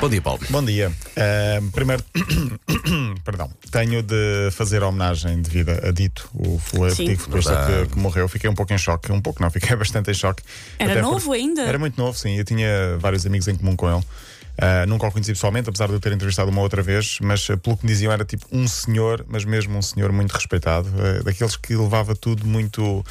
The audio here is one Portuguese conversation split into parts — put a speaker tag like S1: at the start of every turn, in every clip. S1: Bom dia, Paulo.
S2: Bom dia. Ahm, primeiro, perdão, tenho de fazer homenagem devida a Dito, o fu- antigo futebolista que, que morreu. Fiquei um pouco em choque, um pouco não, fiquei bastante em choque.
S3: Era novo
S2: porque-
S3: ainda?
S2: Era muito novo, sim. Eu tinha vários amigos em comum com ele. Ah, nunca o conheci pessoalmente, apesar de eu ter entrevistado uma outra vez, mas ah, pelo que me diziam era tipo um senhor, mas mesmo um senhor muito respeitado, ah, daqueles que levava tudo muito.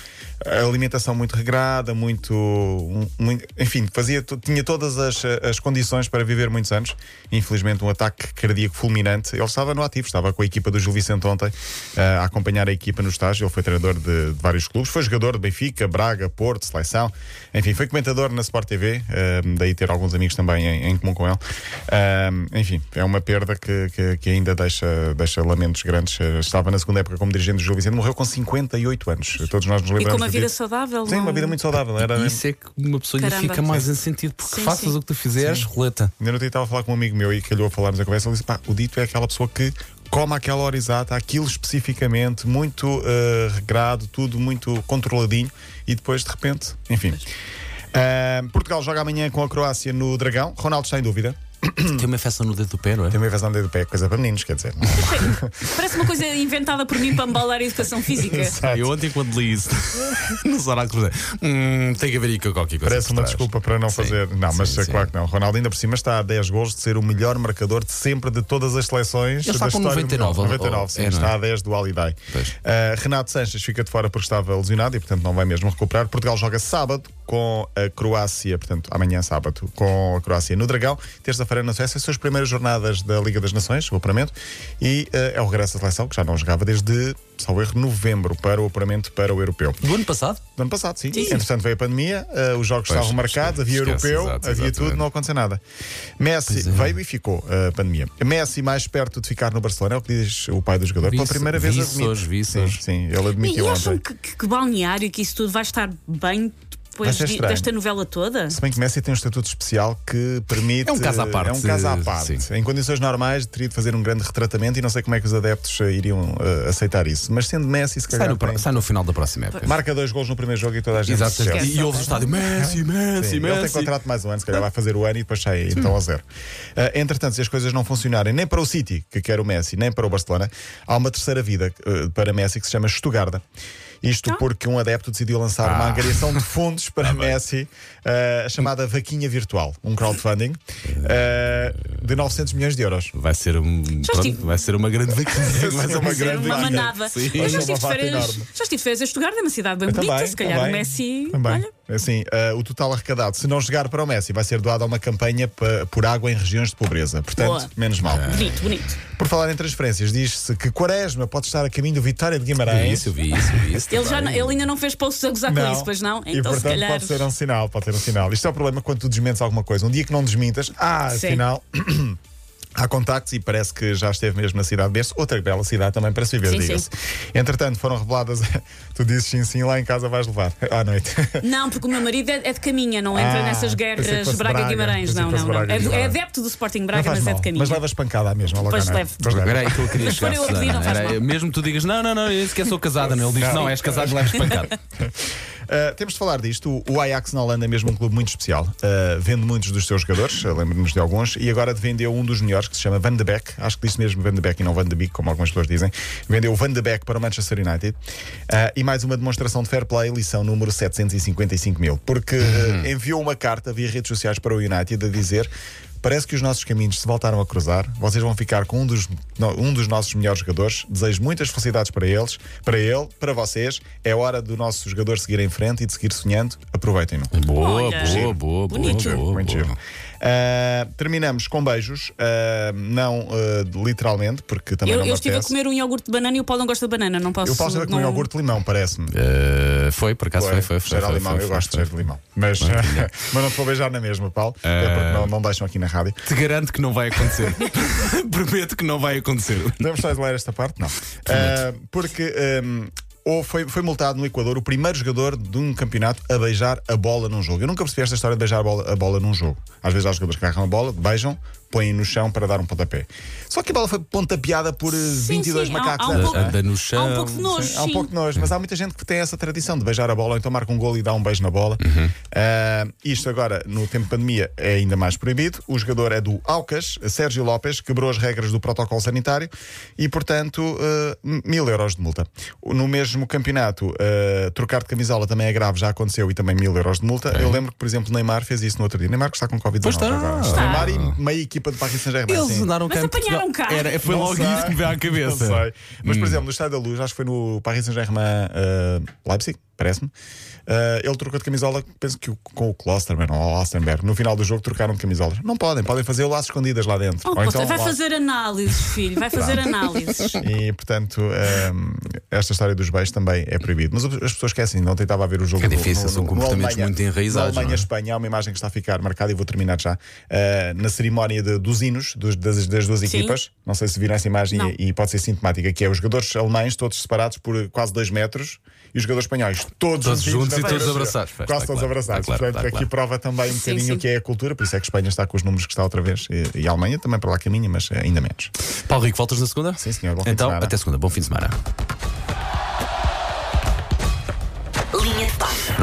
S2: a alimentação muito regrada, muito. um- muito- enfim, fazia, tu- tinha todas as, ah, as condições para viver muitos anos. Infelizmente, um ataque cardíaco fulminante. Ele estava no ativo, estava com a equipa do Gil Vicente ontem ah, a acompanhar a equipa no estágio. Ele foi treinador de, de vários clubes, foi jogador de Benfica, Braga, Porto, seleção, enfim, foi comentador na Sport TV, ah, daí ter alguns amigos também em, em comum com ele. Ah, enfim, é uma perda que, que- que ainda deixa, deixa lamentos grandes. Ah, estava na segunda época como dirigente do Gil Vicente, morreu com 58 anos. Todos nós nos
S3: E
S2: lembramos.
S3: com uma
S2: do
S3: vida
S2: tipo.
S3: saudável.
S2: Sim,
S3: não-
S2: uma vida muito saudável. Era
S1: Isso é que uma pessoa ainda
S3: Caramba.
S1: fica mais em sentido, porque
S3: Sim,
S1: faças
S3: sim.
S1: o que tu fizeres, roleta.
S2: Ainda não estava a falar com um amigo meu e calhou a falarmos a conversa. Ele disse: pá, o Dito é aquela pessoa que come aquela hora exata, aquilo especificamente, muito eh, regrado, tudo muito controladinho e depois de repente, enfim. Ah, Portugal joga amanhã com a Croácia no Dragão. Ronaldo está em dúvida.
S1: Tem uma festa no dedo do pé, não é?
S2: Hum. Tem uma versão de pé, coisa para meninos, quer dizer. é?
S3: Parece uma coisa inventada por mim para embalar a educação física.
S2: Exato.
S1: Eu ontem, quando li isso nos oráculos, hum, tem que haver aí qualquer coisa.
S2: Parece
S1: por
S2: uma
S1: trás.
S2: desculpa para não
S1: Sim,
S2: fazer. Não, mas
S1: sim,
S2: é
S1: sim.
S2: claro que não. Ronaldo ainda por cima está a 10 gols de ser o melhor marcador de sempre de todas as seleções.
S1: Ele está
S2: da
S1: com
S2: história
S1: 99,
S2: mundial.
S1: ou-
S2: 99,
S1: ou- é,
S2: sim,
S1: não é?
S2: está a 10 do Aliday.
S1: Pois.
S2: Renato Sanches fica de fora porque estava lesionado e, portanto, não vai mesmo recuperar. Portugal joga sábado com a Croácia, portanto, amanhã sábado, com a Croácia no Dragão. Terça-feira na Suécia, são as primeiras jornadas da Liga das Nações, o apuramento. E eh, é o regresso da seleção, que já não jogava desde, salvo erro, novembro, para o apuramento para o Europeu.
S1: Do ano passado?
S2: Do ano passado, sim. Entretanto, veio a pandemia, eh, os jogos
S1: Pois,
S2: estavam marcados, havia
S1: esquece,
S2: europeu,
S1: exato,
S2: havia
S1: exatamente. é.
S2: tudo, não aconteceu nada. Messi veio e ficou eh, a pandemia. Messi mais perto de ficar no Barcelona, é o que diz o pai do
S1: Vi
S2: jogador. Pela
S1: isso-
S2: primeira
S1: vi
S2: vez
S1: isso
S2: admite.
S1: hoje, vi isso
S2: sim,
S1: hoje.
S2: sim, ele
S3: E
S2: admitiu
S3: acham
S2: ontem.
S3: que, que- que balneário que isso tudo vai estar bem
S2: Vai
S3: depois
S2: ser
S3: de-
S2: estranho.
S3: desta novela toda?
S2: Se bem que Messi tem um estatuto especial que permite.
S1: É um caso à parte,
S2: É um caso à
S1: eh,
S2: parte.
S1: sim.
S2: Em condições normais, teria de fazer um grande retratamento e não sei como é que os adeptos eh, iriam eh, aceitar isso. Mas sendo Messi, se
S1: Sai
S2: calhar.
S1: no, pro-
S2: tem-
S1: sai no final da próxima época.
S2: Marca dois gols no primeiro jogo e toda a gente
S1: Exato.
S2: se esquece.
S1: E ouves o estádio Messi, Messi,
S2: Sim, ele tem
S1: Messi.
S2: contrato mais um ano, se calhar vai fazer o ano e depois sai então ao zero. Ah, entretanto, se as coisas não funcionarem nem para o City, que quer o Messi, nem para o Barcelona, há uma terceira vida ah, para Messi que se chama Estugarda. Isto
S3: Ah.
S2: porque um adepto decidiu lançar uma
S1: Ah.
S2: angariação de fundos para Messi, ah, a chamada Vaquinha Virtual, um crowdfunding ah, de 900 milhões de euros.
S1: Vai ser, um, pronto,
S3: estive-
S1: vai ser uma grande vaquinha. vai ser uma
S2: Vai ser
S1: grande
S3: uma
S2: vaca.
S1: vaquinha.
S3: manada.
S1: Sim.
S3: Eu já
S2: Vai ser
S3: estive
S2: uma
S3: de
S2: vaca
S3: férias.
S2: enorme.
S3: Já estive de férias a Estugarda, é uma cidade bem bonita, se calhar o Messi.
S2: Também.
S3: Olha,
S2: Assim, ah, o total arrecadado, se não chegar para o Messi, vai ser doado a uma campanha pa- por água em regiões de pobreza. Portanto,
S3: Boa.
S2: menos mal.
S3: bonito, bonito.
S2: Por falar em transferências, diz-se que Quaresma pode estar a caminho do Vitória de Guimarães.
S1: É Isso, eu vi isso, eu vi isso.
S3: Ele, já,
S1: também.
S3: não- ele ainda não fez postos a gozar Ah, com isso, pois não?
S2: e
S3: Então,
S2: portanto
S3: se calhar.
S2: pode ser um sinal, pode ser um sinal. Isto é o problema quando tu desmentes alguma coisa. Um dia que não desmintas, ah,
S3: Sim.
S2: afinal. Há contactos e parece que já esteve mesmo na cidade de berço, outra bela cidade também para se viver,
S3: Sim,
S2: diga-se. Entretanto, foram reveladas. tu dizes sim, sim, lá em casa vais levar à noite.
S3: Não, porque o meu marido é, é de caminha, não entra
S2: Ah,
S3: nessas
S2: pensei que
S3: guerras
S2: fosse
S3: Braga-Guimarães.
S2: Braga,
S3: Não,
S2: pensei que fosse
S3: não, não. É, do- é
S2: Braga-Guimarães.
S3: adepto do Sporting
S2: Não
S3: Braga,
S2: faz
S3: mas é
S2: mal,
S3: de caminha.
S2: Mas levas pancada mesmo, logo
S3: Pois
S2: à noite.
S3: levo.
S2: Pois é. leva.
S1: Era aí que eu queria chegar.
S3: For eu a pedir, não
S1: Susana.
S3: faz
S1: Era-
S3: mal.
S1: mesmo que tu digas, não, não, não, eu sequer sou casado, não. Ele diz, não, és casado, leves pancado.
S2: Uh, temos de falar disto. O Ajax na Holanda é mesmo um clube muito especial. Uh, vende muitos dos seus jogadores, uh, lembro-nos de alguns, e agora vendeu um dos melhores que se chama Van de Beek. Acho que disse mesmo Van de Beek e não Van de Beek, como algumas pessoas dizem. Vendeu o Van de Beek para o Manchester United. Uh, e mais uma demonstração de fair play, lição número 755 mil. Porque uh, enviou uma carta via redes sociais para o United a dizer. Parece que os nossos caminhos se voltaram a cruzar. Vocês vão ficar com um dos, no- um dos nossos melhores jogadores. Desejo muitas felicidades para eles, para ele, para vocês. É hora do nosso jogador seguir em frente e de seguir sonhando. Aproveitem-no.
S1: Boa,
S3: Olha.
S1: boa, boa, boa,
S3: Bonito.
S1: boa,
S2: Muito
S1: boa.
S2: giro. Ah, terminamos com beijos, Ah, não ah, literalmente, porque também
S3: Eu,
S2: não
S3: eu
S2: me
S3: estive a
S2: apetece.
S3: comer um iogurte de banana e o Paulo não gosta de banana, não posso.
S2: Eu posso estar a comer
S3: não-
S2: iogurte de limão, parece-me.
S1: Eh, foi, por acaso foi, foi.
S2: Foi,
S1: foi,
S2: cheira a
S1: foi,
S2: limão,
S1: foi,
S2: eu
S1: foi,
S2: gosto de
S1: foi.
S2: cheiro de limão. Mas, mas não te vou beijar na mesma, Paulo, até porque não, não deixam aqui na rádio.
S1: Te garanto que não vai acontecer. Prometo que não vai acontecer.
S2: Vamos só ler esta parte? Não. Ah, porque hum, ou foi, foi multado no Equador o primeiro jogador de um campeonato a beijar a bola num jogo. Eu nunca percebi esta história de beijar a bola, a bola num jogo. Às vezes há jogadores que agarram a bola, beijam, põem no chão para dar um pontapé. Só que a bola foi pontapeada por eh,
S3: Sim,
S2: 22
S3: sim, há-
S2: macacos.
S3: há um
S2: antes,
S3: pouco-
S2: não é?
S1: Anda no
S3: Há
S1: chão.
S3: um pouco de nojo, sim.
S2: Há um pouco de nojo, mas há muita gente que tem essa tradição de beijar a bola, ou então marca um gol e dá um beijo na bola.
S1: Uhum.
S2: Ah, isto agora, no tempo de pandemia, é ainda mais proibido. O jogador é do Alcas, Sérgio Lopes, quebrou as regras do protocolo sanitário e, portanto, ah, mil euros de multa. No mesmo campeonato, ah, trocar de camisola também é grave, já aconteceu e também mil euros de multa. Eu lembro que, por exemplo, Neymar fez isso no outro dia. Neymar que está com Covid-19
S1: É. Pois está.
S2: agora.
S1: Está.
S2: Neymar e meia equipa de Paris Saint-Germain.
S1: Eles
S2: sim.
S1: andaram
S3: Mas
S1: cá em
S3: apanharam
S1: Portugal.
S3: cá.
S1: um Era, foi
S2: Não
S1: logo
S2: sei.
S1: isso que me veio à cabeça. Hum.
S2: Não sei. Mas, por exemplo, no Estádio da Luz, acho que foi no Paris Saint-Germain eh, Leipzig, parece-me. eh, ele trocou de camisola, penso que o- com o Klosterman ou o Ostenberg. No final do jogo trocaram de camisolas. Não podem, podem fazer lá às escondidas lá dentro.
S3: Oh,
S2: Ou
S3: puta,
S2: então
S3: vai
S2: lá-
S3: fazer análises, filho, vai fazer análises.
S2: E portanto, eh, esta história dos beijos também é proibido. Mas as pessoas esquecem, ontem estava a ver o jogo
S1: É
S2: do-
S1: difícil, são comportamentos muito enraizados,
S2: Na
S1: não é?
S2: Alemanha, Espanha, há uma imagem que está a ficar marcada e vou terminar já. eh, na cerimónia de- dos hinos dos- das, das duas equipas, não sei se viram essa imagem
S3: Não.
S2: e, e pode ser sintomática, que é os jogadores alemães todos separados por quase dois metros e os jogadores espanhóis todos,
S1: Todos
S2: metidos
S1: juntos
S2: na
S1: e todos
S2: frente.
S1: abraçados. Pois,
S2: Quase
S1: está
S2: todos
S1: claro,
S2: abraçados.
S1: está claro,
S2: Portanto,
S1: está
S2: aqui
S1: claro.
S2: prova também um
S3: Sim,
S2: bocadinho
S3: sim.
S2: o que é a cultura, por isso é que a Espanha está com os números que está outra vez e, e a Alemanha também para lá caminha, mas eh, ainda menos.
S1: Paulo Rico, voltas na segunda?
S2: Sim, senhor, bom fim de
S1: Então,
S2: semana.
S1: até segunda. Bom fim de semana.
S4: Linha de passe.